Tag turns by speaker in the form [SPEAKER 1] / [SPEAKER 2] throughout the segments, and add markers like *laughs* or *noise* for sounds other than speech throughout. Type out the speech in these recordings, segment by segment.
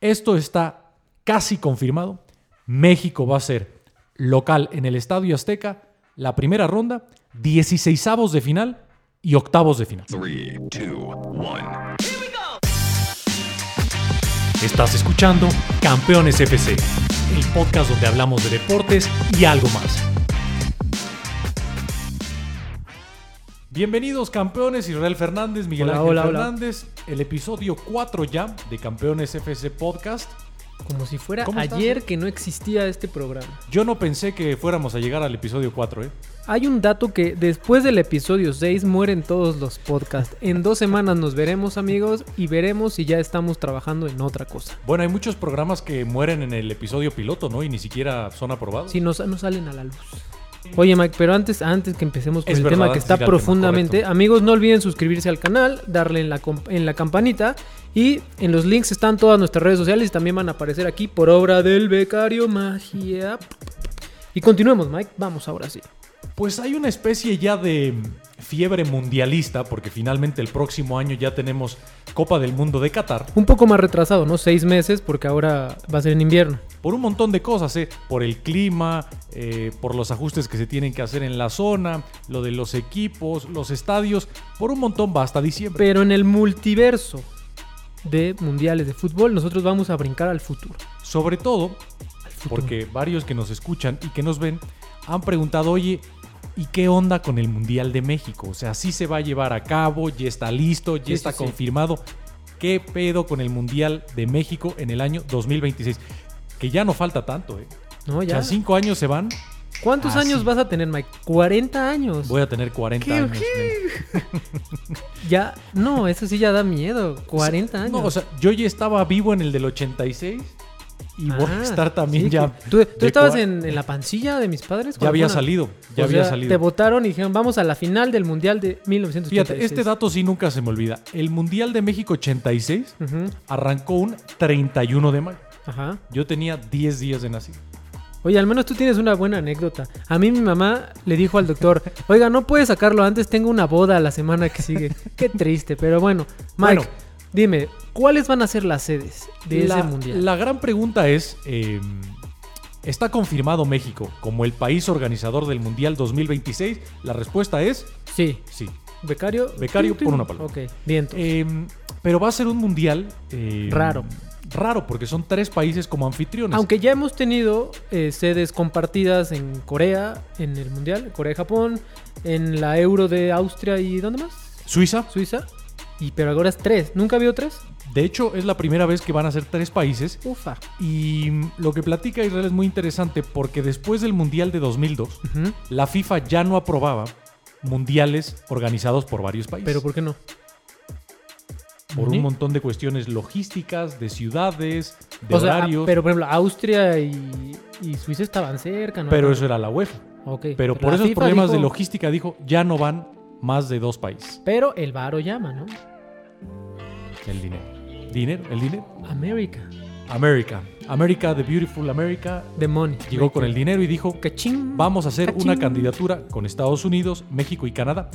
[SPEAKER 1] Esto está casi confirmado. México va a ser local en el Estadio Azteca la primera ronda, 16 de final y octavos de final.
[SPEAKER 2] Three, two, one.
[SPEAKER 1] Estás escuchando Campeones FC, el podcast donde hablamos de deportes y algo más. Bienvenidos campeones, Israel Fernández, Miguel
[SPEAKER 3] Hola,
[SPEAKER 1] Ángel
[SPEAKER 3] hola, hola.
[SPEAKER 1] Fernández, el episodio 4 ya de Campeones FC Podcast.
[SPEAKER 3] Como si fuera
[SPEAKER 1] ¿Cómo estás,
[SPEAKER 3] ayer que no existía este programa.
[SPEAKER 1] Yo no pensé que fuéramos a llegar al episodio 4, ¿eh?
[SPEAKER 3] Hay un dato que después del episodio 6 mueren todos los podcasts. En dos semanas nos veremos amigos y veremos si ya estamos trabajando en otra cosa.
[SPEAKER 1] Bueno, hay muchos programas que mueren en el episodio piloto, ¿no? Y ni siquiera son aprobados.
[SPEAKER 3] Si no, sa- no salen a la luz. Oye Mike, pero antes, antes que empecemos con
[SPEAKER 1] Es
[SPEAKER 3] el
[SPEAKER 1] verdad,
[SPEAKER 3] tema que
[SPEAKER 1] antes
[SPEAKER 3] está
[SPEAKER 1] de ir al tema,
[SPEAKER 3] profundamente,
[SPEAKER 1] correcto.
[SPEAKER 3] amigos no olviden suscribirse al canal, darle en la, com- en la campanita y en los links están todas nuestras redes sociales y también van a aparecer aquí por obra del becario magia. Y continuemos Mike, vamos ahora sí.
[SPEAKER 1] Pues hay una especie ya de fiebre mundialista, porque finalmente el próximo año ya tenemos Copa del Mundo de Qatar,
[SPEAKER 3] Un poco más retrasado, ¿no? Seis meses, porque ahora va a ser en invierno.
[SPEAKER 1] por un montón de cosas, ¿eh? por el clima, eh, por los ajustes que se tienen que hacer en la zona, lo de los equipos, los estadios, por un montón va hasta diciembre.
[SPEAKER 3] Pero en el multiverso de mundiales de fútbol, nosotros vamos a brincar al futuro.
[SPEAKER 1] Sobre todo
[SPEAKER 3] Al futuro.
[SPEAKER 1] porque varios que nos escuchan y que nos ven han preguntado, oye, ¿y qué onda con el Mundial de México? O sea, sí se va a llevar a cabo, ya está listo, ya
[SPEAKER 3] Sí,
[SPEAKER 1] está
[SPEAKER 3] sí, sí.
[SPEAKER 1] confirmado. ¿Qué pedo con el Mundial de México en el año 2026? Que ya no falta tanto, ¿eh?
[SPEAKER 3] No,
[SPEAKER 1] Ya
[SPEAKER 3] ya.
[SPEAKER 1] cinco años se van,
[SPEAKER 3] ¿Cuántos
[SPEAKER 1] Ah,
[SPEAKER 3] años
[SPEAKER 1] sí.
[SPEAKER 3] vas a tener, Mike? 40 años.
[SPEAKER 1] voy a tener 40
[SPEAKER 3] ¿Qué-
[SPEAKER 1] años. men.
[SPEAKER 3] Ya, no, eso sí ya da miedo. 40 años.
[SPEAKER 1] No, o sea, yo ya estaba vivo en el del 86 y voy a
[SPEAKER 3] Ah,
[SPEAKER 1] estar también
[SPEAKER 3] sí,
[SPEAKER 1] ya.
[SPEAKER 3] que- ¿Tú, tú
[SPEAKER 1] de
[SPEAKER 3] estabas
[SPEAKER 1] cua-
[SPEAKER 3] en, en la pancilla de mis padres?
[SPEAKER 1] Ya
[SPEAKER 3] cuando
[SPEAKER 1] había
[SPEAKER 3] fueron?
[SPEAKER 1] salido, ya
[SPEAKER 3] O
[SPEAKER 1] había
[SPEAKER 3] sea,
[SPEAKER 1] salido.
[SPEAKER 3] Te votaron y dijeron, vamos a la final del mundial de 1986.
[SPEAKER 1] Fíjate, este dato sí nunca se me olvida. El Mundial de México 86
[SPEAKER 3] Ujú,
[SPEAKER 1] arrancó un 31 de mayo.
[SPEAKER 3] Ajá.
[SPEAKER 1] Yo tenía 10 días de nacido.
[SPEAKER 3] Oye, al menos tú tienes una buena anécdota. A mí mi mamá le dijo al doctor, oiga, no puedes sacarlo antes, tengo una boda la semana que sigue. Qué triste, pero bueno. Mike,
[SPEAKER 1] Bueno.
[SPEAKER 3] dime, ¿cuáles van a ser las sedes de
[SPEAKER 1] la,
[SPEAKER 3] ese mundial?
[SPEAKER 1] la gran pregunta es, eh, ¿está confirmado México como el país organizador del Mundial 2026? La respuesta es
[SPEAKER 3] Sí,
[SPEAKER 1] sí.
[SPEAKER 3] becario.
[SPEAKER 1] Becario,
[SPEAKER 3] Tin,
[SPEAKER 1] pon
[SPEAKER 3] tin.
[SPEAKER 1] una palabra.
[SPEAKER 3] Ok, viento.
[SPEAKER 1] Eh, pero va a ser un mundial... eh,
[SPEAKER 3] Raro.
[SPEAKER 1] Raro, porque son tres países como anfitriones.
[SPEAKER 3] Aunque ya hemos tenido eh, sedes compartidas en Corea, en el mundial, Corea-Japón, en la Euro de Austria y ¿dónde más?
[SPEAKER 1] Suiza,
[SPEAKER 3] Suiza. Y pero ahora es tres. ¿Nunca vio tres?
[SPEAKER 1] de hecho, es la primera vez que van a ser tres países.
[SPEAKER 3] Ufa.
[SPEAKER 1] Y mm, lo que platica Israel es muy interesante porque después del Mundial de 2002,
[SPEAKER 3] Ujú.
[SPEAKER 1] la FIFA ya no aprobaba mundiales organizados por varios países.
[SPEAKER 3] Pero ¿por qué no?
[SPEAKER 1] por un
[SPEAKER 3] ¿Sí?
[SPEAKER 1] montón de cuestiones logísticas, de ciudades, de
[SPEAKER 3] O sea, ah,
[SPEAKER 1] horarios.
[SPEAKER 3] pero por ejemplo, Austria y, y Suiza estaban cerca, ¿no? Ah,
[SPEAKER 1] pero eso era la UEFA.
[SPEAKER 3] Ok,
[SPEAKER 1] Pero por
[SPEAKER 3] la
[SPEAKER 1] esos
[SPEAKER 3] FIFA
[SPEAKER 1] problemas de
[SPEAKER 3] dijo,
[SPEAKER 1] logística dijo, ya no van más de dos países.
[SPEAKER 3] Pero el varo llama, ¿no?
[SPEAKER 1] El dinero. ¿Dinero? ¿El dinero?
[SPEAKER 3] América.
[SPEAKER 1] América. América, the beautiful America,
[SPEAKER 3] The money.
[SPEAKER 1] llegó con el dinero y dijo,
[SPEAKER 3] Cachín.
[SPEAKER 1] vamos a hacer una
[SPEAKER 3] Cachín.
[SPEAKER 1] candidatura con Estados Unidos, México y Canadá.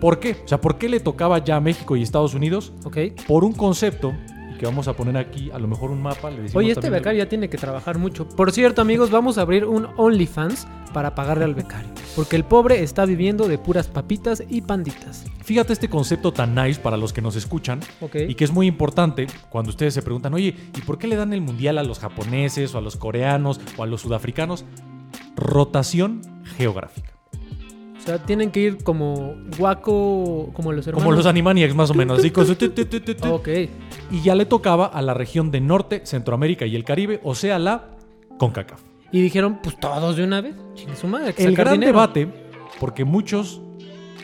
[SPEAKER 1] ¿Por qué? O sea, ¿por qué le tocaba ya a México y Estados Unidos?
[SPEAKER 3] Ok.
[SPEAKER 1] Por un concepto, y que vamos a poner aquí a lo mejor un mapa. Le decimos
[SPEAKER 3] Oye, este
[SPEAKER 1] también-
[SPEAKER 3] becario ya tiene que trabajar mucho. Por cierto, amigos, vamos a abrir un OnlyFans para pagarle al becario. Porque el pobre está viviendo de puras papitas y panditas.
[SPEAKER 1] Fíjate este concepto tan nice para los que nos escuchan
[SPEAKER 3] Ok.
[SPEAKER 1] y que es muy importante cuando ustedes se preguntan, oye, ¿y por qué le dan el mundial a los japoneses o a los coreanos o a los sudafricanos? Rotación geográfica.
[SPEAKER 3] O sea, tienen que ir como guaco, como los hermanos.
[SPEAKER 1] Como los Animaniacs más o menos, así con su tu, tu, tu, tu, tu.
[SPEAKER 3] Ok.
[SPEAKER 1] y ya le tocaba a la región de Norte, Centroamérica y el Caribe, o sea, la CONCACAF.
[SPEAKER 3] Y dijeron, pues todos de una vez. Chingue su madre. hay que
[SPEAKER 1] El
[SPEAKER 3] sacar
[SPEAKER 1] gran
[SPEAKER 3] dinero.
[SPEAKER 1] debate, porque muchos,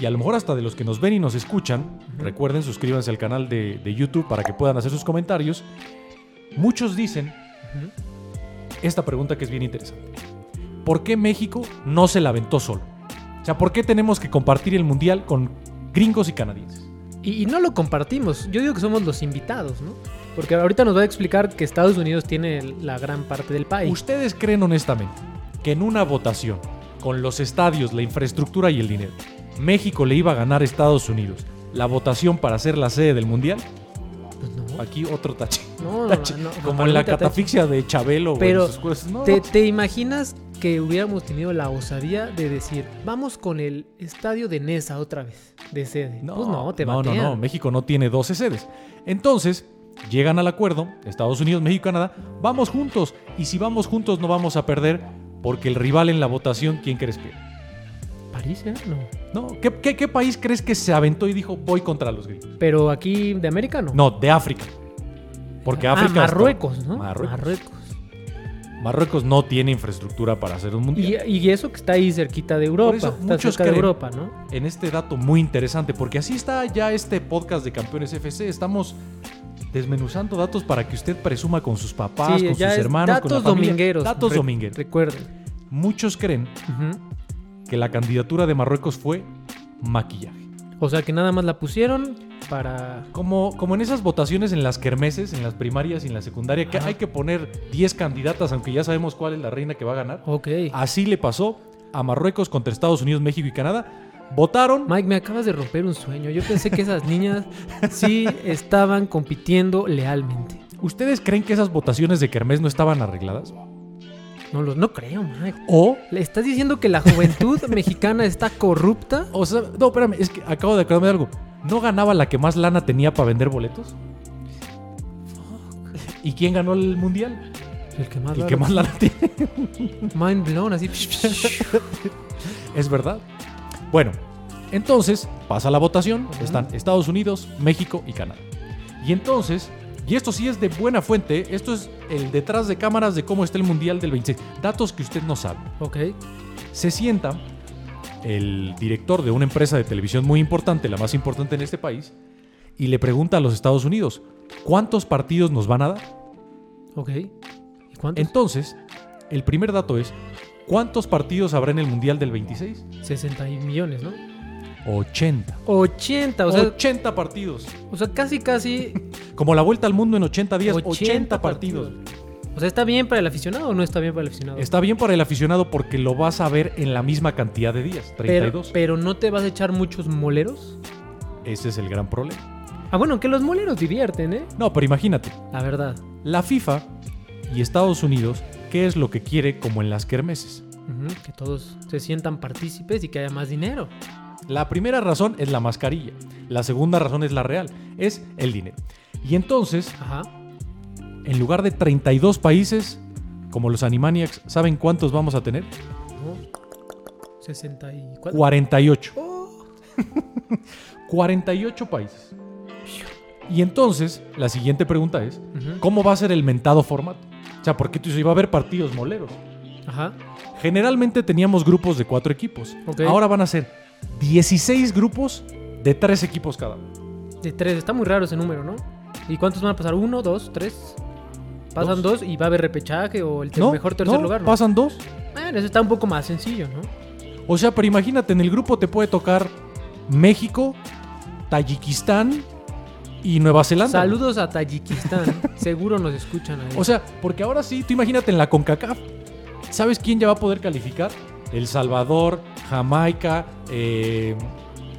[SPEAKER 1] y a lo mejor hasta de los que nos ven y nos escuchan, recuerden, suscríbanse al canal de, de YouTube para que puedan hacer sus comentarios. Muchos dicen
[SPEAKER 3] Ujú.
[SPEAKER 1] esta pregunta que es bien interesante. ¿Por qué México no se la aventó solo? O sea, ¿por qué tenemos que compartir el mundial con gringos y canadienses?
[SPEAKER 3] Y, y no lo compartimos. Yo digo que somos los invitados, ¿no? Porque ahorita nos va a explicar que Estados Unidos tiene la gran parte del país.
[SPEAKER 1] ¿Ustedes creen honestamente que en una votación, con los estadios, la infraestructura y el dinero, México le iba a ganar a Estados Unidos la votación para ser la sede del Mundial?
[SPEAKER 3] Pues no.
[SPEAKER 1] Aquí otro tache.
[SPEAKER 3] No, no,
[SPEAKER 1] Tache.
[SPEAKER 3] no, no,
[SPEAKER 1] Como en la
[SPEAKER 3] palomita, tache.
[SPEAKER 1] catafixia de Chabelo, güey,
[SPEAKER 3] Pero
[SPEAKER 1] en sus cosas. No,
[SPEAKER 3] ¿Te, te imaginas que hubiéramos tenido la osadía de decir, vamos con el estadio de Nesa otra vez, de sede? pues no, te
[SPEAKER 1] no, no,
[SPEAKER 3] batean.
[SPEAKER 1] no, México no tiene 12 sedes. Entonces, llegan al acuerdo, Estados Unidos, México, Canadá, vamos juntos. Y si vamos juntos no vamos a perder, porque el rival en la votación, ¿quién crees que?
[SPEAKER 3] París, ¿eh? No.
[SPEAKER 1] No, ¿qué, qué, qué país crees que se aventó y dijo voy contra los gringos?
[SPEAKER 3] Pero aquí de América no.
[SPEAKER 1] No, de África. Porque
[SPEAKER 3] Ah,
[SPEAKER 1] África. hasta-
[SPEAKER 3] Marruecos, ¿no?
[SPEAKER 1] Marruecos.
[SPEAKER 3] Marruecos.
[SPEAKER 1] Marruecos no tiene infraestructura para hacer un mundial.
[SPEAKER 3] Y, eh, y eso que está ahí cerquita de Europa,
[SPEAKER 1] eso
[SPEAKER 3] está
[SPEAKER 1] muchos
[SPEAKER 3] cerca de
[SPEAKER 1] creen.
[SPEAKER 3] Europa, ¿no?
[SPEAKER 1] en este dato muy interesante, porque así está ya este podcast de Campeones FC. Estamos desmenuzando datos para que usted presuma con sus papás, con sus
[SPEAKER 3] es
[SPEAKER 1] hermanos,
[SPEAKER 3] datos
[SPEAKER 1] con la familia.
[SPEAKER 3] domingueros.
[SPEAKER 1] Datos
[SPEAKER 3] re-
[SPEAKER 1] domingueros.
[SPEAKER 3] Recuerden.
[SPEAKER 1] Muchos creen
[SPEAKER 3] Ujú.
[SPEAKER 1] que la candidatura de Marruecos fue maquillaje.
[SPEAKER 3] O sea que nada más la pusieron para...
[SPEAKER 1] Como, como en esas votaciones en las kermeses, en las primarias y en la secundaria, que hay que poner 10 candidatas, aunque ya sabemos cuál es la reina que va a ganar.
[SPEAKER 3] Ok.
[SPEAKER 1] Así le pasó a Marruecos contra Estados Unidos, México y Canadá. Votaron.
[SPEAKER 3] Mike, me acabas de romper un sueño. Yo pensé que esas niñas sí estaban compitiendo lealmente.
[SPEAKER 1] ¿Ustedes creen que esas votaciones de Kermés no estaban arregladas?
[SPEAKER 3] No, los, no creo, Mike.
[SPEAKER 1] O,
[SPEAKER 3] ¿Le estás diciendo que
[SPEAKER 1] *laughs*
[SPEAKER 3] la juventud mexicana está corrupta?
[SPEAKER 1] o sea, no, espérame, es que acabo de acordarme de algo. ¿No ganaba la que más lana tenía para vender boletos? ¿Y quién ganó el mundial?
[SPEAKER 3] El que más...
[SPEAKER 1] El
[SPEAKER 3] vale.
[SPEAKER 1] que más lana tiene.
[SPEAKER 3] Mind blown, así.
[SPEAKER 1] Es verdad. Bueno, entonces pasa la votación. Están Estados Unidos, México y Canadá. Y entonces, y esto sí es de buena fuente, esto es el detrás de cámaras de cómo está el mundial del 26. Datos que usted no sabe.
[SPEAKER 3] ok.
[SPEAKER 1] se sienta el director de una empresa de televisión muy importante, la más importante en este país, y le pregunta a los Estados Unidos, ¿cuántos partidos nos van a dar?
[SPEAKER 3] Ok. ¿Y cuántos?
[SPEAKER 1] Entonces, el primer dato es, ¿cuántos partidos habrá en el Mundial del 26?
[SPEAKER 3] 60 y millones, ¿no?
[SPEAKER 1] 80.
[SPEAKER 3] 80, o sea,
[SPEAKER 1] 80 partidos.
[SPEAKER 3] o sea,
[SPEAKER 1] *laughs*
[SPEAKER 3] casi, casi.
[SPEAKER 1] Como la vuelta al mundo en 80 días, 80, partidos.
[SPEAKER 3] O sea, ¿está bien para el aficionado o no está bien para el aficionado?
[SPEAKER 1] Está bien para el aficionado porque lo vas a ver en la misma cantidad de días,
[SPEAKER 3] pero,
[SPEAKER 1] 32.
[SPEAKER 3] pero no te vas a echar muchos moleros.
[SPEAKER 1] Ese es el gran problema.
[SPEAKER 3] Ah, bueno, que los moleros divierten, ¿eh?
[SPEAKER 1] No, pero imagínate,
[SPEAKER 3] La verdad.
[SPEAKER 1] La FIFA y Estados Unidos, ¿qué es lo que quiere como en las kermeses?
[SPEAKER 3] Ujú, Que todos se sientan partícipes y que haya más dinero.
[SPEAKER 1] La primera razón es la mascarilla, la segunda razón es la real, es el dinero. Y entonces,
[SPEAKER 3] Ajá.
[SPEAKER 1] en lugar de 32 países, como los Animaniacs, ¿saben cuántos vamos a tener?
[SPEAKER 3] ¿no? 64.
[SPEAKER 1] 48.
[SPEAKER 3] Oh.
[SPEAKER 1] *laughs* 48 países. Y entonces, la siguiente pregunta es,
[SPEAKER 3] Ujú.
[SPEAKER 1] ¿cómo va a ser el mentado formato? O sea, ¿por qué tú dices, va a haber partidos moleros?
[SPEAKER 3] Ajá.
[SPEAKER 1] Generalmente teníamos grupos de cuatro equipos.
[SPEAKER 3] Ok.
[SPEAKER 1] Ahora van a ser 16 grupos de tres equipos cada uno.
[SPEAKER 3] De tres. Está muy raro ese número, ¿no? ¿Y cuántos van a pasar? ¿Uno, dos, tres? Pasan dos, y va a haber repechaje o el te- mejor tercer
[SPEAKER 1] no,
[SPEAKER 3] lugar. ¿no?
[SPEAKER 1] Pasan dos.
[SPEAKER 3] Bueno, eso está un poco más sencillo, ¿no?
[SPEAKER 1] O sea, pero imagínate, en el grupo te puede tocar México, Tayikistán y Nueva Zelanda.
[SPEAKER 3] Saludos a Tayikistán. *laughs* Seguro nos escuchan ahí.
[SPEAKER 1] O sea, porque ahora sí, tú imagínate en la CONCACAF. ¿Sabes quién ya va a poder calificar? El Salvador, Jamaica, eh,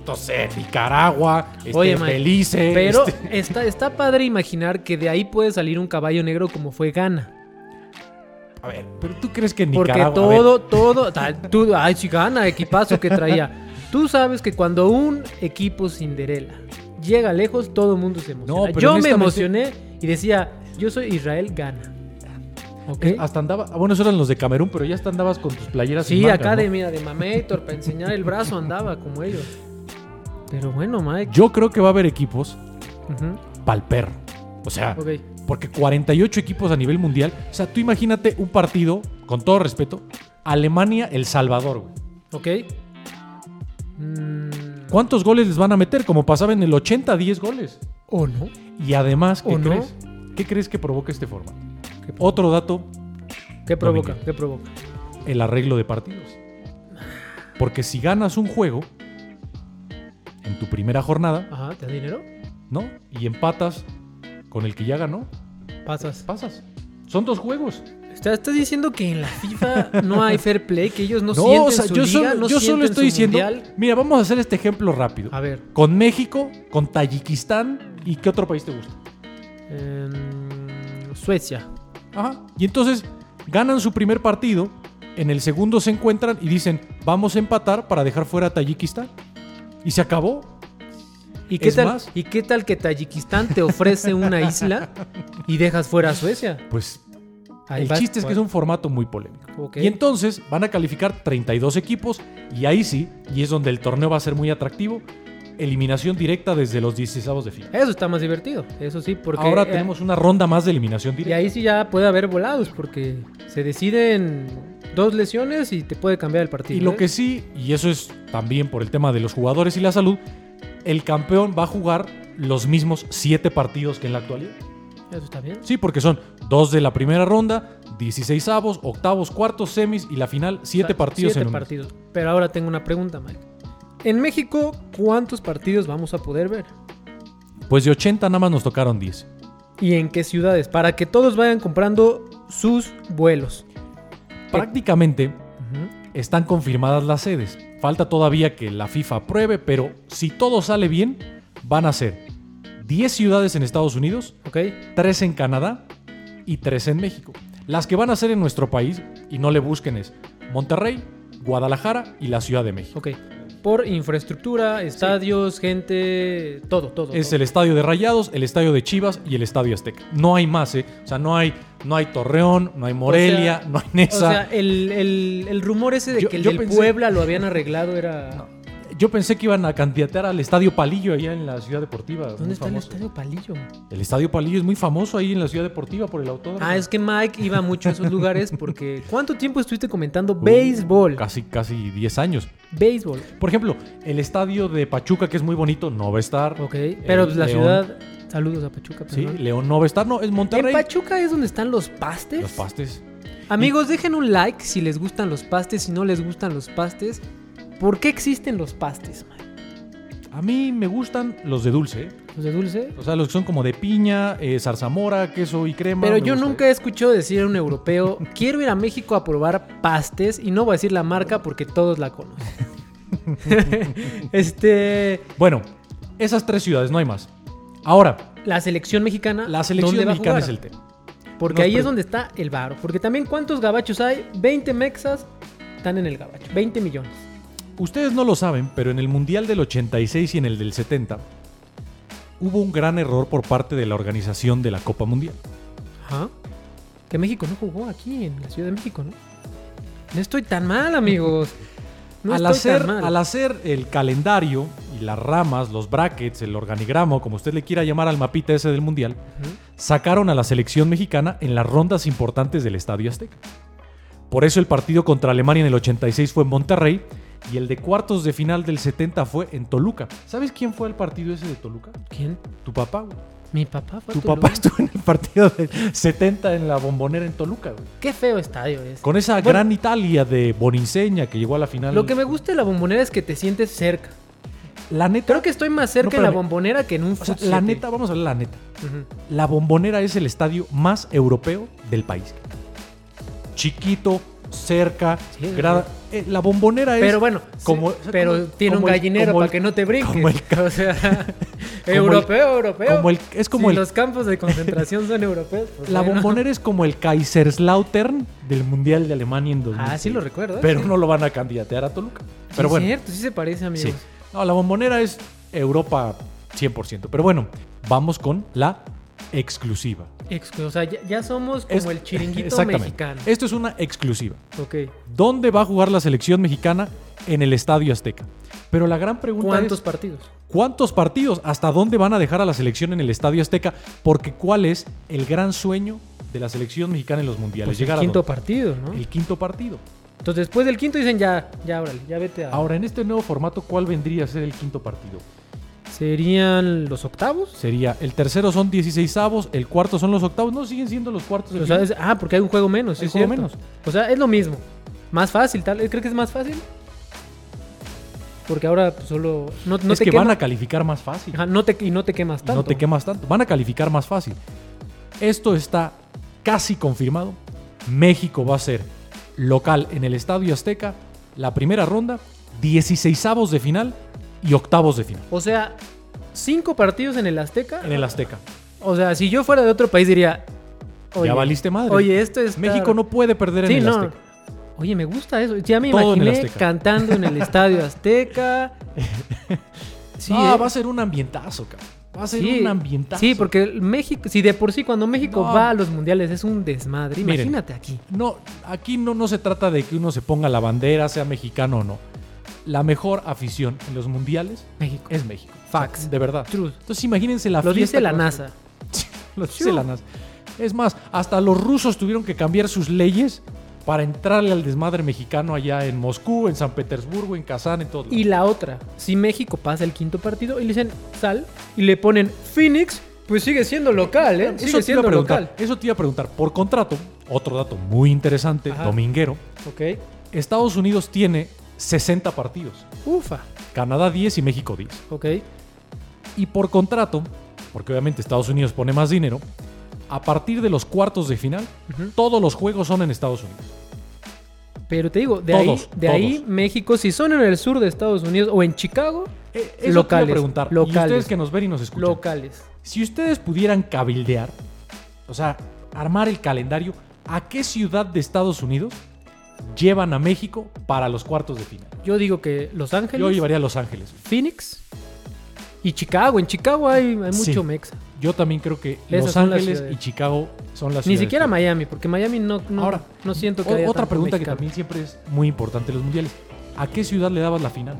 [SPEAKER 1] no sé, Nicaragua, este,
[SPEAKER 3] Oye, Mike,
[SPEAKER 1] Belice,
[SPEAKER 3] Pero
[SPEAKER 1] este-
[SPEAKER 3] está, está padre imaginar que de ahí puede salir un caballo negro como fue Ghana.
[SPEAKER 1] A ver, pero tú crees que
[SPEAKER 3] Porque
[SPEAKER 1] Nicaragua... a ver,
[SPEAKER 3] todo, todo. tal, tú- ay, sí, Ghana, equipazo que traía. Tú sabes que cuando un equipo Cinderela llega lejos, todo el mundo se emociona.
[SPEAKER 1] No, pero
[SPEAKER 3] yo me
[SPEAKER 1] honestamente-
[SPEAKER 3] emocioné y decía, yo soy Israel Ghana. ¿Ok?
[SPEAKER 1] Es- Hasta andaba, ah, bueno, esos eran los de Camerún, pero ya hasta andabas con tus playeras. sin
[SPEAKER 3] Sí,
[SPEAKER 1] mangas,
[SPEAKER 3] acá
[SPEAKER 1] ¿no?
[SPEAKER 3] de, mira, de Mamator, para enseñar el brazo andaba como ellos. Pero bueno, Mike.
[SPEAKER 1] Yo creo que va a haber equipos
[SPEAKER 3] ujú,
[SPEAKER 1] pal perro. O sea,
[SPEAKER 3] ok.
[SPEAKER 1] porque 48 equipos a nivel mundial. O sea, tú imagínate un partido, con todo respeto, Alemania-El Salvador, güey.
[SPEAKER 3] ¿Ok? Mm,
[SPEAKER 1] ¿Cuántos goles les van a meter? Como pasaba en el 80, 10 goles.
[SPEAKER 3] ¿O no?
[SPEAKER 1] Y además, ¿qué
[SPEAKER 3] ¿O no?
[SPEAKER 1] crees? ¿Qué crees que provoca este formato?
[SPEAKER 3] ¿Qué pro-
[SPEAKER 1] Otro dato,
[SPEAKER 3] ¿Qué provoca?
[SPEAKER 1] Domingo.
[SPEAKER 3] ¿Qué provoca?
[SPEAKER 1] el arreglo de partidos. Porque si ganas un juego en tu primera jornada,
[SPEAKER 3] Ajá, ¿te da dinero?
[SPEAKER 1] ¿no? Y empatas con el que ya ganó,
[SPEAKER 3] Pasas.
[SPEAKER 1] pasas. Son dos juegos.
[SPEAKER 3] O sea, ¿Estás diciendo que en la FIFA no hay fair play? ¿Que ellos no, sienten su
[SPEAKER 1] yo
[SPEAKER 3] liga,
[SPEAKER 1] solo,
[SPEAKER 3] no
[SPEAKER 1] yo solo
[SPEAKER 3] sienten
[SPEAKER 1] estoy
[SPEAKER 3] su
[SPEAKER 1] diciendo.
[SPEAKER 3] mundial?
[SPEAKER 1] Mira, vamos a hacer este ejemplo rápido.
[SPEAKER 3] A ver,
[SPEAKER 1] Con México, con Tayikistán y qué otro país te gusta.
[SPEAKER 3] en Suecia.
[SPEAKER 1] Ajá. Y entonces ganan su primer partido, en el segundo se encuentran y dicen, vamos a empatar para dejar fuera a Tayikistán. Y se acabó.
[SPEAKER 3] ¿Y qué,
[SPEAKER 1] Es
[SPEAKER 3] tal,
[SPEAKER 1] más-
[SPEAKER 3] ¿Y qué tal que Tayikistán te ofrece una isla y dejas fuera a Suecia?
[SPEAKER 1] Pues
[SPEAKER 3] Ahí
[SPEAKER 1] el
[SPEAKER 3] va- pues.
[SPEAKER 1] chiste es que es un formato muy polémico.
[SPEAKER 3] Ok.
[SPEAKER 1] Y entonces van a calificar 32 equipos y ahí sí, y es donde el torneo va a ser muy atractivo, eliminación directa desde los 16 de final.
[SPEAKER 3] Eso está más divertido, eso sí, porque
[SPEAKER 1] Ahora
[SPEAKER 3] eh,
[SPEAKER 1] tenemos una ronda más de eliminación
[SPEAKER 3] Y
[SPEAKER 1] directa.
[SPEAKER 3] ahí sí ya puede haber volados, porque se deciden dos lesiones y te puede cambiar el partido.
[SPEAKER 1] Y lo
[SPEAKER 3] ¿eh?
[SPEAKER 1] que sí, y eso es también por el tema de los jugadores y la salud, el campeón va a jugar los mismos siete partidos que en la actualidad.
[SPEAKER 3] Eso está bien.
[SPEAKER 1] Sí, porque son dos de la primera ronda, 16 avos, octavos, cuartos, semis y la final, siete
[SPEAKER 3] O sea,
[SPEAKER 1] partidos
[SPEAKER 3] siete
[SPEAKER 1] en un mes.
[SPEAKER 3] partidos. Pero ahora tengo una pregunta, Mike. En México, ¿cuántos partidos vamos a poder ver?
[SPEAKER 1] Pues de 80 nada más nos tocaron 10.
[SPEAKER 3] Eh, ¿Y en qué ciudades? Para que todos vayan comprando sus vuelos.
[SPEAKER 1] Prácticamente están confirmadas las sedes. Falta todavía que la FIFA apruebe, pero si todo sale bien, van a ser 10 ciudades en Estados Unidos,
[SPEAKER 3] ¿Ok?
[SPEAKER 1] tres en Canadá y tres en México. Las que van a ser en nuestro país, y no le busquen, es Monterrey, Guadalajara y la Ciudad de México.
[SPEAKER 3] Ok. Por infraestructura, estadios, gente, todo, todo.
[SPEAKER 1] Es
[SPEAKER 3] todo.
[SPEAKER 1] el estadio de Rayados, el estadio de Chivas y el estadio Azteca. No hay más, ¿eh? O sea, no hay, no hay Torreón, no hay Morelia,
[SPEAKER 3] O sea-
[SPEAKER 1] no hay Nesa.
[SPEAKER 3] O sea, el, el- el rumor ese de
[SPEAKER 1] Yo-
[SPEAKER 3] que el
[SPEAKER 1] yo
[SPEAKER 3] del
[SPEAKER 1] pensé-
[SPEAKER 3] Puebla lo habían arreglado
[SPEAKER 1] *laughs*
[SPEAKER 3] era...
[SPEAKER 1] Yo pensé que iban a candidatar al estadio Palillo allá en la Ciudad Deportiva. muy
[SPEAKER 3] ¿Dónde está
[SPEAKER 1] famoso.
[SPEAKER 3] el estadio Palillo?
[SPEAKER 1] El Estadio Palillo es muy famoso ahí en la Ciudad Deportiva por el autódromo.
[SPEAKER 3] Ah, es que Mike iba mucho a esos lugares
[SPEAKER 1] *laughs*
[SPEAKER 3] porque... ¿Cuánto tiempo estuviste comentando
[SPEAKER 1] Uh,
[SPEAKER 3] béisbol?
[SPEAKER 1] Casi, casi 10 años.
[SPEAKER 3] Béisbol.
[SPEAKER 1] Por ejemplo, el estadio de Pachuca, que es muy bonito, no va a estar.
[SPEAKER 3] Ok,
[SPEAKER 1] El
[SPEAKER 3] pero pues, la
[SPEAKER 1] León-
[SPEAKER 3] ciudad... Saludos a Pachuca,
[SPEAKER 1] Sí,
[SPEAKER 3] perdón.
[SPEAKER 1] León no va a estar. No, es Monterrey.
[SPEAKER 3] En Pachuca es donde están los pastes.
[SPEAKER 1] Los pastes.
[SPEAKER 3] Amigos, dejen un like si les gustan los pastes, si no les gustan los pastes. ¿Por qué existen los pastes, Mike?
[SPEAKER 1] A mí me gustan los de dulce. ¿eh?
[SPEAKER 3] ¿Los de dulce?
[SPEAKER 1] O sea, los que son como de piña, eh, zarzamora, queso y crema.
[SPEAKER 3] Pero
[SPEAKER 1] me
[SPEAKER 3] yo
[SPEAKER 1] gusta.
[SPEAKER 3] nunca he escuchado decir a un europeo, quiero ir a México a probar pastes y no voy a decir la marca porque todos la conocen. este,
[SPEAKER 1] Bueno, esas tres ciudades, no hay más. Ahora,
[SPEAKER 3] la selección mexicana,
[SPEAKER 1] la selección
[SPEAKER 3] ¿dónde va a
[SPEAKER 1] mexicana
[SPEAKER 3] jugar?
[SPEAKER 1] es el tema.
[SPEAKER 3] Porque
[SPEAKER 1] nos
[SPEAKER 3] ahí es
[SPEAKER 1] pregun-
[SPEAKER 3] donde está el varo. Porque también cuántos gabachos hay, 20 mexas están en el gabacho, 20 millones.
[SPEAKER 1] Ustedes no lo saben, pero en el Mundial del 86 y en el del 70 hubo un gran error por parte de la organización de la Copa Mundial.
[SPEAKER 3] Ajá. Que México no jugó aquí en la Ciudad de México, ¿no? No estoy tan mal, amigos. No
[SPEAKER 1] al,
[SPEAKER 3] estoy
[SPEAKER 1] hacer,
[SPEAKER 3] tan mal.
[SPEAKER 1] al hacer el calendario y las ramas, los brackets, el organigrama, como usted le quiera llamar al mapita ese del Mundial,
[SPEAKER 3] Ujú.
[SPEAKER 1] sacaron a la selección mexicana en las rondas importantes del Estadio Azteca. Por eso el partido contra Alemania en el 86 fue en Monterrey y el de cuartos de final del 70 fue en Toluca. ¿Sabes quién fue al partido ese de Toluca?
[SPEAKER 3] ¿Quién?
[SPEAKER 1] Tu papá, güey.
[SPEAKER 3] Mi papá fue a
[SPEAKER 1] Tu
[SPEAKER 3] Toluca.
[SPEAKER 1] papá *laughs* estuvo en el partido del 70 en la bombonera en Toluca, güey.
[SPEAKER 3] Qué feo estadio es.
[SPEAKER 1] Con esa
[SPEAKER 3] Bueno.
[SPEAKER 1] gran Italia de Boninseña que llegó a la final.
[SPEAKER 3] Lo que me gusta de la bombonera es que te sientes cerca.
[SPEAKER 1] La neta.
[SPEAKER 3] Creo que estoy más cerca
[SPEAKER 1] No,
[SPEAKER 3] en la
[SPEAKER 1] espérame.
[SPEAKER 3] bombonera que en un
[SPEAKER 1] o sea,
[SPEAKER 3] fut
[SPEAKER 1] la
[SPEAKER 3] siete.
[SPEAKER 1] neta, vamos a hablar la neta.
[SPEAKER 3] Ujú.
[SPEAKER 1] La bombonera es el estadio más europeo del país. Chiquito, cerca,
[SPEAKER 3] Sí, es
[SPEAKER 1] grada. Eh, la bombonera es.
[SPEAKER 3] Pero bueno,
[SPEAKER 1] como-
[SPEAKER 3] como, pero
[SPEAKER 1] como-
[SPEAKER 3] tiene
[SPEAKER 1] como
[SPEAKER 3] un
[SPEAKER 1] el-
[SPEAKER 3] gallinero
[SPEAKER 1] como el-
[SPEAKER 3] para que no te
[SPEAKER 1] *laughs*
[SPEAKER 3] brinques.
[SPEAKER 1] como el ca-
[SPEAKER 3] *laughs* o sea,
[SPEAKER 1] el-
[SPEAKER 3] europeo, europeo.
[SPEAKER 1] como el- es como
[SPEAKER 3] Si
[SPEAKER 1] el-
[SPEAKER 3] los campos de concentración son europeos. pues
[SPEAKER 1] La
[SPEAKER 3] bueno.
[SPEAKER 1] bombonera es como el Kaiserslautern del Mundial de Alemania en 2000.
[SPEAKER 3] Ah, sí lo recuerdo, ¿eh?
[SPEAKER 1] Pero no lo van a candidatear a Toluca. Pero
[SPEAKER 3] *laughs* sí,
[SPEAKER 1] bueno.
[SPEAKER 3] cierto, sí se parece, amigos.
[SPEAKER 1] Sí. No, la bombonera es Europa 100%. Pero bueno, vamos con la exclusiva.
[SPEAKER 3] Excu- O sea, ya, ya somos como
[SPEAKER 1] Es-
[SPEAKER 3] el
[SPEAKER 1] *laughs*
[SPEAKER 3] chiringuito
[SPEAKER 1] Exactamente.
[SPEAKER 3] mexicano.
[SPEAKER 1] Esto es una exclusiva.
[SPEAKER 3] Ok.
[SPEAKER 1] ¿Dónde va a jugar la selección mexicana? En el Estadio Azteca. Pero la gran pregunta
[SPEAKER 3] ¿Cuántos
[SPEAKER 1] es,
[SPEAKER 3] partidos?
[SPEAKER 1] ¿cuántos partidos? ¿Hasta dónde van a dejar a la selección en el Estadio Azteca? Porque ¿cuál es el gran sueño de la selección mexicana en los mundiales?
[SPEAKER 3] Pues el
[SPEAKER 1] Llegar a
[SPEAKER 3] quinto
[SPEAKER 1] dónde?
[SPEAKER 3] partido, ¿no?
[SPEAKER 1] el quinto partido.
[SPEAKER 3] Entonces, después del quinto dicen ya, ya, órale, ya vete a...
[SPEAKER 1] Ahora, en este nuevo formato, ¿cuál vendría a ser el quinto partido?
[SPEAKER 3] ¿Serían los octavos?
[SPEAKER 1] Sería el tercero son 16 avos, el cuarto son los octavos. No, siguen siendo los cuartos. de
[SPEAKER 3] O sea,
[SPEAKER 1] final.
[SPEAKER 3] es- ah, porque hay un juego menos, sí,
[SPEAKER 1] Hay
[SPEAKER 3] es
[SPEAKER 1] juego
[SPEAKER 3] cierto.
[SPEAKER 1] menos.
[SPEAKER 3] O sea, es lo mismo. Más fácil, tal. ¿Crees que es más fácil? Porque ahora pues, solo... No, no
[SPEAKER 1] es
[SPEAKER 3] te
[SPEAKER 1] que
[SPEAKER 3] quemas-
[SPEAKER 1] van a calificar más fácil.
[SPEAKER 3] Ajá, no te, y no te quemas
[SPEAKER 1] Y
[SPEAKER 3] tanto.
[SPEAKER 1] no te quemas tanto. Van a calificar más fácil. Esto está casi confirmado. México va a ser local en el Estadio Azteca. La primera ronda, 16 avos de final y octavos de final.
[SPEAKER 3] O sea, cinco partidos en el Azteca.
[SPEAKER 1] En el Azteca.
[SPEAKER 3] O sea, si yo fuera de otro país diría.
[SPEAKER 1] ya valiste madre.
[SPEAKER 3] Oye, esto es.
[SPEAKER 1] México no puede perder en
[SPEAKER 3] Sí,
[SPEAKER 1] el
[SPEAKER 3] no.
[SPEAKER 1] Azteca.
[SPEAKER 3] Oye, me gusta eso. Ya me
[SPEAKER 1] Todo en el
[SPEAKER 3] imaginé
[SPEAKER 1] Azteca.
[SPEAKER 3] cantando en el estadio
[SPEAKER 1] *laughs*
[SPEAKER 3] Azteca. Sí,
[SPEAKER 1] ah,
[SPEAKER 3] eh.
[SPEAKER 1] va a ser un ambientazo, cabrón. Va a ser
[SPEAKER 3] Sí,
[SPEAKER 1] un ambientazo.
[SPEAKER 3] Sí, porque el México, si de por sí cuando México
[SPEAKER 1] No.
[SPEAKER 3] va a los mundiales es un desmadre,
[SPEAKER 1] Miren.
[SPEAKER 3] imagínate aquí.
[SPEAKER 1] No, aquí no, no se trata de que uno se ponga la bandera, sea mexicano o no. La mejor afición en los mundiales
[SPEAKER 3] México.
[SPEAKER 1] es México. O sea,
[SPEAKER 3] Facts.
[SPEAKER 1] de verdad.
[SPEAKER 3] Truth.
[SPEAKER 1] Entonces imagínense la
[SPEAKER 3] Lo
[SPEAKER 1] fiesta
[SPEAKER 3] dice la
[SPEAKER 1] que va a-
[SPEAKER 3] NASA.
[SPEAKER 1] *laughs* Lo dice la NASA. Es más, hasta los rusos tuvieron que cambiar sus leyes para entrarle al desmadre mexicano allá en Moscú, en San Petersburgo, en Kazán, en todo.
[SPEAKER 3] Y la otra, si México pasa el quinto partido y le dicen sal y le ponen Phoenix, pues sigue siendo local, ¿eh?
[SPEAKER 1] eso
[SPEAKER 3] Sigue
[SPEAKER 1] te, iba a
[SPEAKER 3] siendo
[SPEAKER 1] preguntar,
[SPEAKER 3] local.
[SPEAKER 1] eso te iba a preguntar. Por contrato, otro dato muy interesante,
[SPEAKER 3] Ajá.
[SPEAKER 1] dominguero,
[SPEAKER 3] Ok.
[SPEAKER 1] Estados Unidos tiene 60 partidos,
[SPEAKER 3] Ufa.
[SPEAKER 1] Canadá 10 y México 10.
[SPEAKER 3] Ok.
[SPEAKER 1] Y por contrato, porque obviamente Estados Unidos pone más dinero, a partir de los cuartos de final,
[SPEAKER 3] Ujú.
[SPEAKER 1] todos los juegos son en Estados Unidos.
[SPEAKER 3] Pero te digo, de,
[SPEAKER 1] Todos,
[SPEAKER 3] ahí, de ahí
[SPEAKER 1] todos.
[SPEAKER 3] México, si son en el sur de Estados Unidos o en Chicago,
[SPEAKER 1] Eh, eso te iba a
[SPEAKER 3] Locales,
[SPEAKER 1] preguntar. Y
[SPEAKER 3] locales.
[SPEAKER 1] ustedes que nos ven y nos escuchan.
[SPEAKER 3] locales.
[SPEAKER 1] Si ustedes pudieran cabildear, o sea, armar el calendario, ¿a qué ciudad de Estados Unidos llevan a México para los cuartos de final?
[SPEAKER 3] Yo digo que Los Ángeles,
[SPEAKER 1] Yo llevaría a Los Ángeles.
[SPEAKER 3] Phoenix y Chicago. En Chicago hay, hay mucho
[SPEAKER 1] Sí.
[SPEAKER 3] mexa.
[SPEAKER 1] Yo también creo que
[SPEAKER 3] Esas
[SPEAKER 1] Los
[SPEAKER 3] son las
[SPEAKER 1] Ángeles y
[SPEAKER 3] ciudades.
[SPEAKER 1] Chicago son las
[SPEAKER 3] Ni
[SPEAKER 1] ciudades
[SPEAKER 3] siquiera
[SPEAKER 1] que-
[SPEAKER 3] Miami, porque Miami no, no,
[SPEAKER 1] Ahora,
[SPEAKER 3] no siento que
[SPEAKER 1] O-
[SPEAKER 3] haya
[SPEAKER 1] otra
[SPEAKER 3] tanto
[SPEAKER 1] pregunta que
[SPEAKER 3] mexicano.
[SPEAKER 1] también siempre es muy importante en los mundiales. ¿A qué ciudad le dabas la final?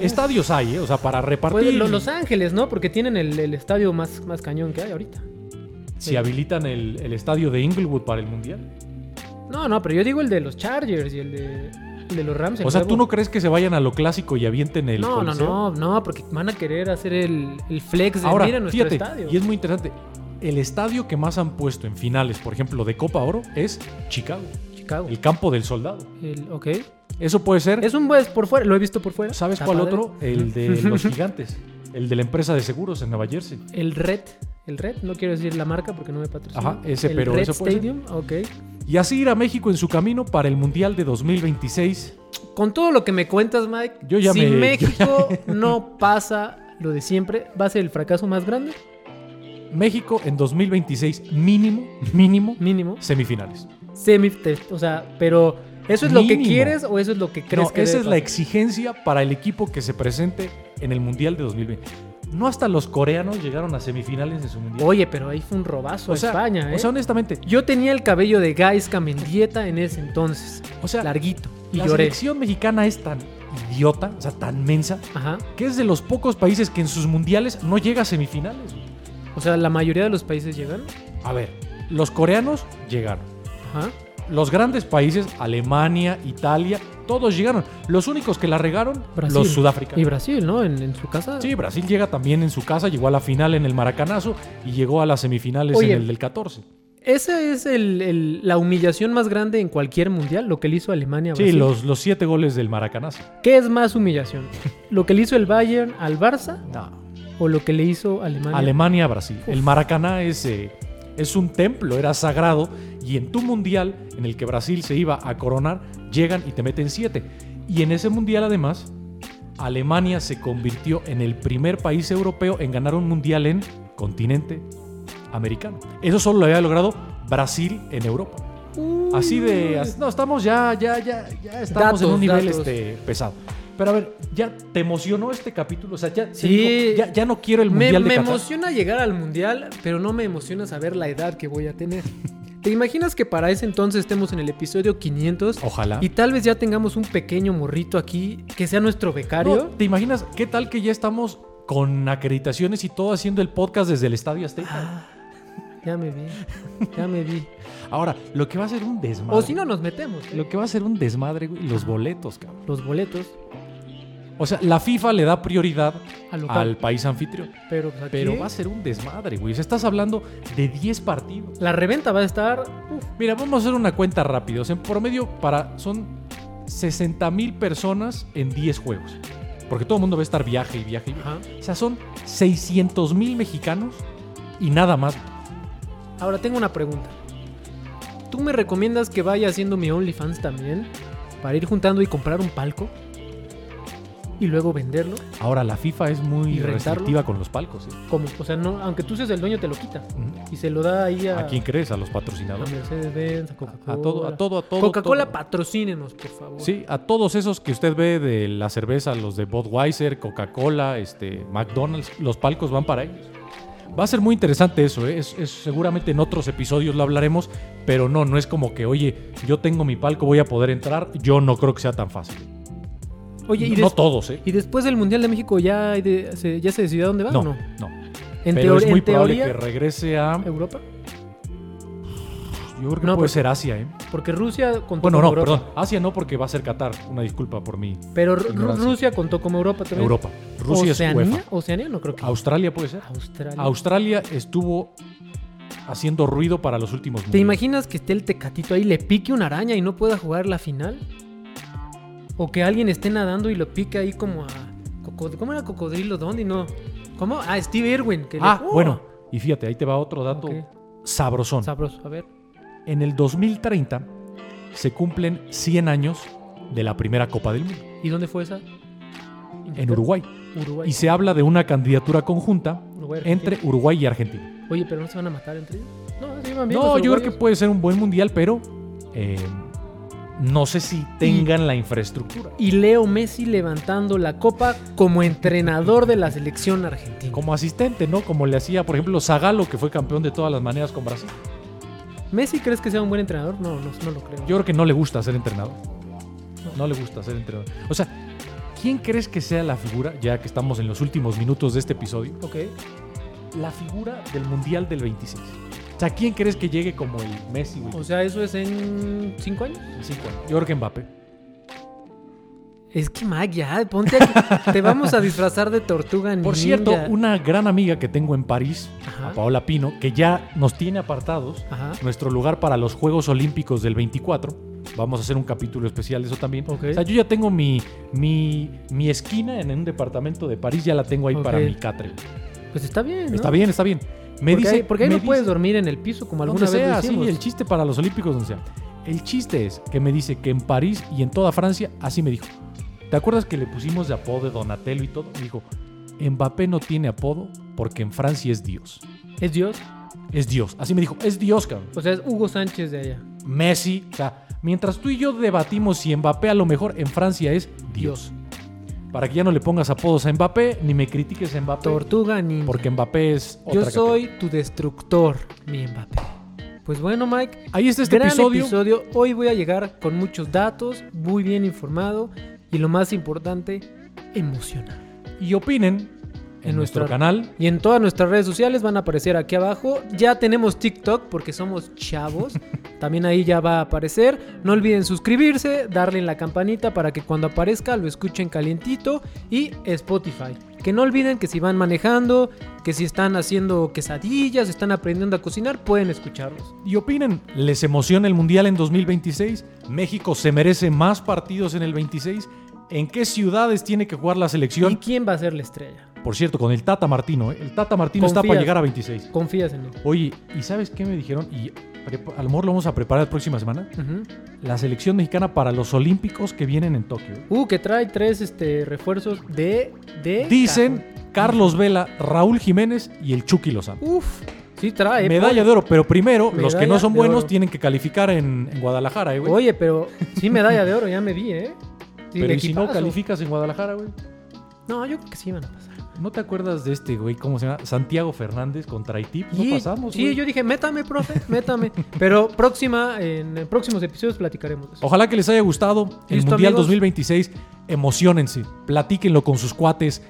[SPEAKER 1] Estadios hay, ¿eh? o sea, para repartir.
[SPEAKER 3] Pues, lo- Los Ángeles, ¿no? Porque tienen el, el estadio más, más cañón que hay ahorita.
[SPEAKER 1] si habilitan el, el estadio de Inglewood para el mundial.
[SPEAKER 3] No, no, pero yo digo el de los Chargers y el de, el de los Rams. el
[SPEAKER 1] O sea,
[SPEAKER 3] nuevo.
[SPEAKER 1] ¿tú no crees que se vayan a lo clásico y avienten el
[SPEAKER 3] No, no,
[SPEAKER 1] Coliseo?
[SPEAKER 3] no, no, porque van a querer hacer el, el flex de
[SPEAKER 1] Ahora,
[SPEAKER 3] mira nuestro
[SPEAKER 1] fíjate,
[SPEAKER 3] estadio.
[SPEAKER 1] y es muy interesante. El estadio que más han puesto en finales, por ejemplo, de Copa Oro, es Chicago,
[SPEAKER 3] Chicago.
[SPEAKER 1] el campo del soldado.
[SPEAKER 3] El- ok.
[SPEAKER 1] Eso puede ser.
[SPEAKER 3] Es un buen por fuera, lo he visto por fuera.
[SPEAKER 1] ¿Sabes
[SPEAKER 3] Está
[SPEAKER 1] cuál
[SPEAKER 3] padre.
[SPEAKER 1] otro? El
[SPEAKER 3] *laughs*
[SPEAKER 1] de los gigantes, el de la empresa de seguros en Nueva Jersey.
[SPEAKER 3] El Red. El Red, no quiero decir la marca porque no me patrocina.
[SPEAKER 1] Ajá, ese,
[SPEAKER 3] el
[SPEAKER 1] pero
[SPEAKER 3] Red
[SPEAKER 1] eso puede ser.
[SPEAKER 3] Stadium, ok.
[SPEAKER 1] Y así ir a México en su camino para el Mundial de 2026.
[SPEAKER 3] Con todo lo que me cuentas, Mike,
[SPEAKER 1] Yo ya
[SPEAKER 3] si
[SPEAKER 1] me- yo *laughs*
[SPEAKER 3] México no pasa lo de siempre, ¿va a ser el fracaso más grande?
[SPEAKER 1] México en 2026 mínimo, mínimo,
[SPEAKER 3] Mínimo.
[SPEAKER 1] semifinales.
[SPEAKER 3] Semi, te- o sea, pero ¿eso es lo que
[SPEAKER 1] Mínimo.
[SPEAKER 3] quieres o eso es lo que crees
[SPEAKER 1] No,
[SPEAKER 3] que
[SPEAKER 1] esa
[SPEAKER 3] debe
[SPEAKER 1] es la
[SPEAKER 3] pasar?
[SPEAKER 1] exigencia para el equipo que se presente en el Mundial de 2020. No hasta los coreanos llegaron a semifinales en su Mundial.
[SPEAKER 3] Oye, pero ahí fue un robazo a España, ¿eh?
[SPEAKER 1] o sea, honestamente,
[SPEAKER 3] Yo tenía el cabello de Gaisca Mendieta en ese entonces.
[SPEAKER 1] O sea,
[SPEAKER 3] larguito. Y
[SPEAKER 1] la
[SPEAKER 3] lloré.
[SPEAKER 1] selección mexicana es tan idiota, o sea, tan mensa,
[SPEAKER 3] Ajá.
[SPEAKER 1] que es de los pocos países que en sus mundiales no llega a semifinales. güey.
[SPEAKER 3] O sea, la mayoría de los países llegan.
[SPEAKER 1] A ver, los coreanos llegaron.
[SPEAKER 3] Ajá.
[SPEAKER 1] Los grandes países, Alemania, Italia, todos llegaron. Los únicos que la regaron,
[SPEAKER 3] Brasil.
[SPEAKER 1] los sudafricanos.
[SPEAKER 3] Y Brasil, ¿no? En, en su casa.
[SPEAKER 1] Sí, Brasil llega también en su casa, llegó a la final en el Maracanazo y llegó a las semifinales
[SPEAKER 3] Oye.
[SPEAKER 1] en el del 14.
[SPEAKER 3] Esa es el- el- la humillación más grande en cualquier mundial, lo que le hizo Alemania a
[SPEAKER 1] Sí,
[SPEAKER 3] Brasil.
[SPEAKER 1] los, los siete goles del Maracanazo.
[SPEAKER 3] ¿Qué es más humillación? *laughs* ¿Lo que le hizo el Bayern al Barça
[SPEAKER 1] No.
[SPEAKER 3] o lo que le hizo Alemania?
[SPEAKER 1] Alemania, Brasil. El Maracaná es, eh, es un templo, era sagrado. Y en tu mundial, en el que Brasil se iba a coronar, llegan y te meten siete. Y en ese mundial, además, Alemania se convirtió en el primer país europeo en ganar un mundial en continente americano. Eso solo lo había logrado Brasil en Europa. Así de. as- No, estamos ya, ya, ya, ya estamos
[SPEAKER 3] Datos,
[SPEAKER 1] en un nivel
[SPEAKER 3] datos.
[SPEAKER 1] este, pesado. Pero a ver, ya te emocionó este capítulo. O sea, ya,
[SPEAKER 3] Sí.
[SPEAKER 1] digo, ya, ya no quiero el
[SPEAKER 3] me
[SPEAKER 1] mundial de
[SPEAKER 3] me
[SPEAKER 1] Qatar.
[SPEAKER 3] emociona llegar al mundial, pero no me emociona saber la edad que voy
[SPEAKER 1] *laughs*
[SPEAKER 3] a tener. ¿Te imaginas que para ese entonces estemos en el episodio 500?
[SPEAKER 1] Ojalá.
[SPEAKER 3] Y tal vez ya tengamos un pequeño morrito aquí que sea nuestro
[SPEAKER 1] No,
[SPEAKER 3] becario.
[SPEAKER 1] ¿Te imaginas qué tal que ya estamos con acreditaciones y todo haciendo el podcast desde el Estadio
[SPEAKER 3] Ah.
[SPEAKER 1] Azteca?
[SPEAKER 3] Ya me vi, ya me vi.
[SPEAKER 1] Ahora, lo que va a ser un desmadre.
[SPEAKER 3] O si no, nos metemos. ¿eh?
[SPEAKER 1] Lo que va a ser un desmadre, güey, los boletos, cabrón.
[SPEAKER 3] Los boletos
[SPEAKER 1] O sea, la FIFA le da prioridad
[SPEAKER 3] al local.
[SPEAKER 1] al país anfitrión.
[SPEAKER 3] Pero, pues, aquí
[SPEAKER 1] Pero va a ser un desmadre, güey. O sea, estás hablando de 10 partidos.
[SPEAKER 3] la reventa va a estar... uf,
[SPEAKER 1] Mira, vamos a hacer una cuenta rápida. O sea, en promedio para, son 60 mil personas en 10 juegos. Porque todo el mundo va a estar viaje y viaje y viaje.
[SPEAKER 3] ajá.
[SPEAKER 1] O sea, son 600 mil mexicanos y nada más.
[SPEAKER 3] Ahora tengo una pregunta. ¿Tú me recomiendas que vaya haciendo mi OnlyFans también? Para ir juntando y comprar un palco. y luego venderlo
[SPEAKER 1] Ahora, la FIFA es
[SPEAKER 3] ¿Y
[SPEAKER 1] muy
[SPEAKER 3] rentarlo?
[SPEAKER 1] restrictiva con los palcos. ¿eh?
[SPEAKER 3] como, o sea, no, aunque tú seas el dueño te lo quita
[SPEAKER 1] Ujú.
[SPEAKER 3] y se lo da ahí a,
[SPEAKER 1] ¿A quién crees? ¿A los
[SPEAKER 3] a
[SPEAKER 1] patrocinadores?
[SPEAKER 3] Mercedes-Benz, a Coca-Cola.
[SPEAKER 1] A todo, a todo, a todo.
[SPEAKER 3] Coca-Cola
[SPEAKER 1] todo.
[SPEAKER 3] patrocínenos, por favor.
[SPEAKER 1] Sí, a todos esos que usted ve de la cerveza, los de Budweiser, Coca-Cola, este, McDonald's, los palcos van para ellos. Va a ser muy interesante eso, ¿eh? es, es- seguramente en otros episodios lo hablaremos, pero no, no es como que, oye, yo tengo mi palco, voy a poder entrar, yo no creo que sea tan fácil.
[SPEAKER 3] Oye, y,
[SPEAKER 1] no
[SPEAKER 3] des-
[SPEAKER 1] todos, ¿eh?
[SPEAKER 3] y después del Mundial de México ya, hay de- se, ya se decidió a dónde va
[SPEAKER 1] No,
[SPEAKER 3] o
[SPEAKER 1] no.
[SPEAKER 3] no. En,
[SPEAKER 1] pero
[SPEAKER 3] teor-
[SPEAKER 1] es muy
[SPEAKER 3] en
[SPEAKER 1] probable
[SPEAKER 3] teoría,
[SPEAKER 1] que regrese a...
[SPEAKER 3] Europa.
[SPEAKER 1] Yo creo que
[SPEAKER 3] No,
[SPEAKER 1] puede
[SPEAKER 3] porque-
[SPEAKER 1] ser Asia, ¿eh?
[SPEAKER 3] Porque Rusia contó
[SPEAKER 1] Bueno,
[SPEAKER 3] como
[SPEAKER 1] no,
[SPEAKER 3] Europa.
[SPEAKER 1] perdón. Asia no porque va a ser Qatar. Una disculpa por mi
[SPEAKER 3] Pero Ru-
[SPEAKER 1] Ignorancia.
[SPEAKER 3] Rusia contó como Europa también.
[SPEAKER 1] Europa. Rusia
[SPEAKER 3] Oceanía,
[SPEAKER 1] es UEFA.
[SPEAKER 3] Oceanía no creo que.
[SPEAKER 1] Australia puede ser.
[SPEAKER 3] Australia.
[SPEAKER 1] Australia estuvo haciendo ruido para los últimos
[SPEAKER 3] ¿Te
[SPEAKER 1] mundiales.
[SPEAKER 3] imaginas que esté el tecatito ahí, le pique una araña y no pueda jugar la final? O que alguien esté nadando y lo pique ahí como a. coco- ¿Cómo era cocodrilo? ¿Dónde? No. ¿Cómo? Ah, Steve Irwin. Que le-
[SPEAKER 1] Ah,
[SPEAKER 3] ¡Oh!
[SPEAKER 1] bueno. Y fíjate, ahí te va otro dato
[SPEAKER 3] Ok.
[SPEAKER 1] sabrosón.
[SPEAKER 3] Sabroso, a ver.
[SPEAKER 1] en el 2030 se cumplen 100 años de la primera Copa del Mundo
[SPEAKER 3] ¿Y dónde fue esa?
[SPEAKER 1] en Uruguay.
[SPEAKER 3] Uruguay.
[SPEAKER 1] Y se habla de una candidatura conjunta
[SPEAKER 3] Uruguay,
[SPEAKER 1] entre Uruguay y Argentina.
[SPEAKER 3] Oye, pero no se van a matar entre ellos. No, se llevan bien
[SPEAKER 1] No,
[SPEAKER 3] los
[SPEAKER 1] yo creo que
[SPEAKER 3] uruguayos.
[SPEAKER 1] puede ser un buen mundial, pero eh, no sé si tengan la infraestructura.
[SPEAKER 3] Y Leo Messi levantando la copa como entrenador de la selección argentina.
[SPEAKER 1] Como asistente, ¿no? Como le hacía, por ejemplo, Zagalo, que fue campeón de todas las maneras con Brasil.
[SPEAKER 3] ¿Messi crees que sea un buen entrenador? No, no, no lo creo.
[SPEAKER 1] Yo creo que no le gusta ser entrenador. No le gusta ser entrenador. O sea, ¿quién crees que sea la figura, ya que estamos en los últimos minutos de este episodio,
[SPEAKER 3] Ok.
[SPEAKER 1] la figura del Mundial del 26? O sea, ¿quién crees que llegue como el Messi, güey?
[SPEAKER 3] O sea, eso es en cinco años.
[SPEAKER 1] en cinco años? Yo creo que Mbappé.
[SPEAKER 3] Es que Mike, ya, ponte
[SPEAKER 1] *laughs*
[SPEAKER 3] aquí. Te vamos a disfrazar de tortuga ninja.
[SPEAKER 1] Por cierto, una gran amiga que tengo en París,
[SPEAKER 3] Ajá.
[SPEAKER 1] a Paola Pino, que ya nos tiene apartados
[SPEAKER 3] Ajá.
[SPEAKER 1] nuestro lugar para los Juegos Olímpicos del 24. Vamos a hacer un capítulo especial de eso también.
[SPEAKER 3] Ok.
[SPEAKER 1] O sea, yo ya tengo mi, mi, mi esquina en un departamento de París, ya la tengo ahí para
[SPEAKER 3] Ok.
[SPEAKER 1] mi catre. güey.
[SPEAKER 3] Pues está bien, ¿no?
[SPEAKER 1] Está bien, está bien. Me
[SPEAKER 3] porque
[SPEAKER 1] dice,
[SPEAKER 3] ahí, porque ahí
[SPEAKER 1] me
[SPEAKER 3] no
[SPEAKER 1] dice-
[SPEAKER 3] puedes dormir en el piso como alguna
[SPEAKER 1] donde
[SPEAKER 3] vez lo
[SPEAKER 1] sea, sí,
[SPEAKER 3] hicimos.
[SPEAKER 1] el chiste para los olímpicos donde sea. El chiste es que me dice que en París y en toda Francia, así me dijo. ¿Te acuerdas que le pusimos de apodo de Donatello y todo? Me dijo, Mbappé no tiene apodo porque en Francia es Dios.
[SPEAKER 3] Es Dios.
[SPEAKER 1] Es Dios. Así me dijo, es Dios, cabrón.
[SPEAKER 3] O sea, es Hugo Sánchez de allá.
[SPEAKER 1] Messi. O sea, mientras tú y yo debatimos si Mbappé a lo mejor en Francia es Dios. Para que ya no le pongas apodos a Mbappé ni me critiques a Mbappé.
[SPEAKER 3] Tortuga ninja.
[SPEAKER 1] porque Mbappé es
[SPEAKER 3] Yo
[SPEAKER 1] otra
[SPEAKER 3] soy tu destructor, mi Mbappé. Pues bueno, Mike.
[SPEAKER 1] Ahí está este
[SPEAKER 3] gran
[SPEAKER 1] episodio.
[SPEAKER 3] Hoy voy a llegar con muchos datos, muy bien informado y lo más importante, emocionado.
[SPEAKER 1] Y opinen en,
[SPEAKER 3] En
[SPEAKER 1] nuestro
[SPEAKER 3] nuestra-
[SPEAKER 1] canal.
[SPEAKER 3] Y en todas nuestras redes sociales van a aparecer aquí abajo. Ya tenemos TikTok porque
[SPEAKER 1] *laughs*
[SPEAKER 3] somos chavos. También ahí ya va a aparecer. No olviden suscribirse, darle en la campanita para que cuando aparezca lo escuchen calientito. Y Spotify. Que no olviden que si van manejando, que si están haciendo quesadillas, están aprendiendo a cocinar, pueden escucharlos.
[SPEAKER 1] y opinen. ¿Les emociona el Mundial en 2026? ¿México se merece más partidos en el 26? ¿En qué ciudades tiene que jugar la
[SPEAKER 3] ¿Y
[SPEAKER 1] selección?
[SPEAKER 3] quién va a ser la estrella?
[SPEAKER 1] Por cierto, con el Tata Martino. ¿eh? El Tata Martino está
[SPEAKER 3] Confía.
[SPEAKER 1] para llegar a 26.
[SPEAKER 3] Confías en él.
[SPEAKER 1] Oye, ¿y sabes qué me dijeron? Y prepa- a lo mejor lo vamos a preparar la próxima semana.
[SPEAKER 3] Ujú.
[SPEAKER 1] La selección mexicana para los Olímpicos que vienen en Tokio.
[SPEAKER 3] Uh, que trae tres este, refuerzos de... de
[SPEAKER 1] Dicen
[SPEAKER 3] cajón.
[SPEAKER 1] Carlos Vela, Raúl Jiménez y el Chucky Lozano.
[SPEAKER 3] Uf, sí trae.
[SPEAKER 1] Medalla de oro, pero primero, los que no
[SPEAKER 3] Medalla
[SPEAKER 1] son
[SPEAKER 3] de
[SPEAKER 1] buenos
[SPEAKER 3] oro.
[SPEAKER 1] tienen que calificar en, en Guadalajara, eh, güey.
[SPEAKER 3] Oye, pero sí medalla de oro, ya me vi, ¿eh? Sí,
[SPEAKER 1] pero
[SPEAKER 3] de
[SPEAKER 1] ¿y si no
[SPEAKER 3] equipazo.
[SPEAKER 1] calificas en Guadalajara, güey.
[SPEAKER 3] No, yo creo que sí van a pasar.
[SPEAKER 1] ¿No te acuerdas de este güey? ¿Cómo se llama? Santiago Fernández contra Haití. Pues
[SPEAKER 3] Y-
[SPEAKER 1] no pasamos.
[SPEAKER 3] Sí,
[SPEAKER 1] güey.
[SPEAKER 3] yo dije, métame, profe, métame. pero próxima, en, en próximos episodios platicaremos de eso.
[SPEAKER 1] Ojalá que les haya gustado el
[SPEAKER 3] Listo,
[SPEAKER 1] Mundial
[SPEAKER 3] amigos.
[SPEAKER 1] 2026. Emocionense, platíquenlo con sus cuates,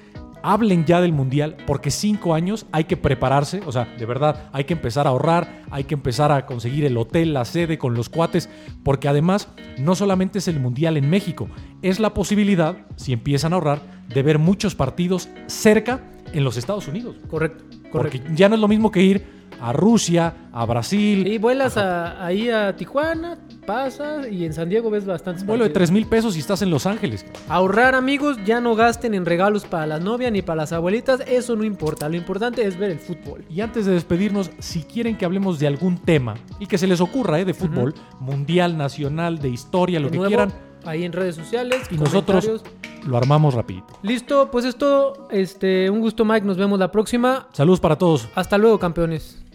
[SPEAKER 1] hablen ya del Mundial, porque cinco años hay que prepararse. O sea, de verdad, hay que empezar a ahorrar, hay que empezar a conseguir el hotel, la sede con los cuates, porque además no solamente es el Mundial en México, es la posibilidad, si empiezan a ahorrar, de ver muchos partidos cerca en los Estados Unidos.
[SPEAKER 3] Correcto, correcto.
[SPEAKER 1] Porque ya no es lo mismo que ir a Rusia, a Brasil.
[SPEAKER 3] Y vuelas a- ahí a Tijuana, pasas y en San Diego ves bastantes
[SPEAKER 1] Vuelo de
[SPEAKER 3] partidos.
[SPEAKER 1] 3 mil pesos y estás en Los Ángeles.
[SPEAKER 3] Ahorrar, amigos, ya no gasten en regalos para la novia ni para las abuelitas, eso no importa. Lo importante es ver el fútbol.
[SPEAKER 1] Y antes de despedirnos, si quieren que hablemos de algún tema y que se les ocurra, ¿eh? de fútbol, mundial, nacional, de historia, lo
[SPEAKER 3] De
[SPEAKER 1] que
[SPEAKER 3] nuevo,
[SPEAKER 1] quieran,
[SPEAKER 3] ahí en redes sociales.
[SPEAKER 1] Y nosotros
[SPEAKER 3] comentarios.
[SPEAKER 1] lo armamos rapidito.
[SPEAKER 3] Listo, pues esto, este, un gusto Mike, nos vemos la próxima.
[SPEAKER 1] Saludos para todos.
[SPEAKER 3] Hasta luego, campeones.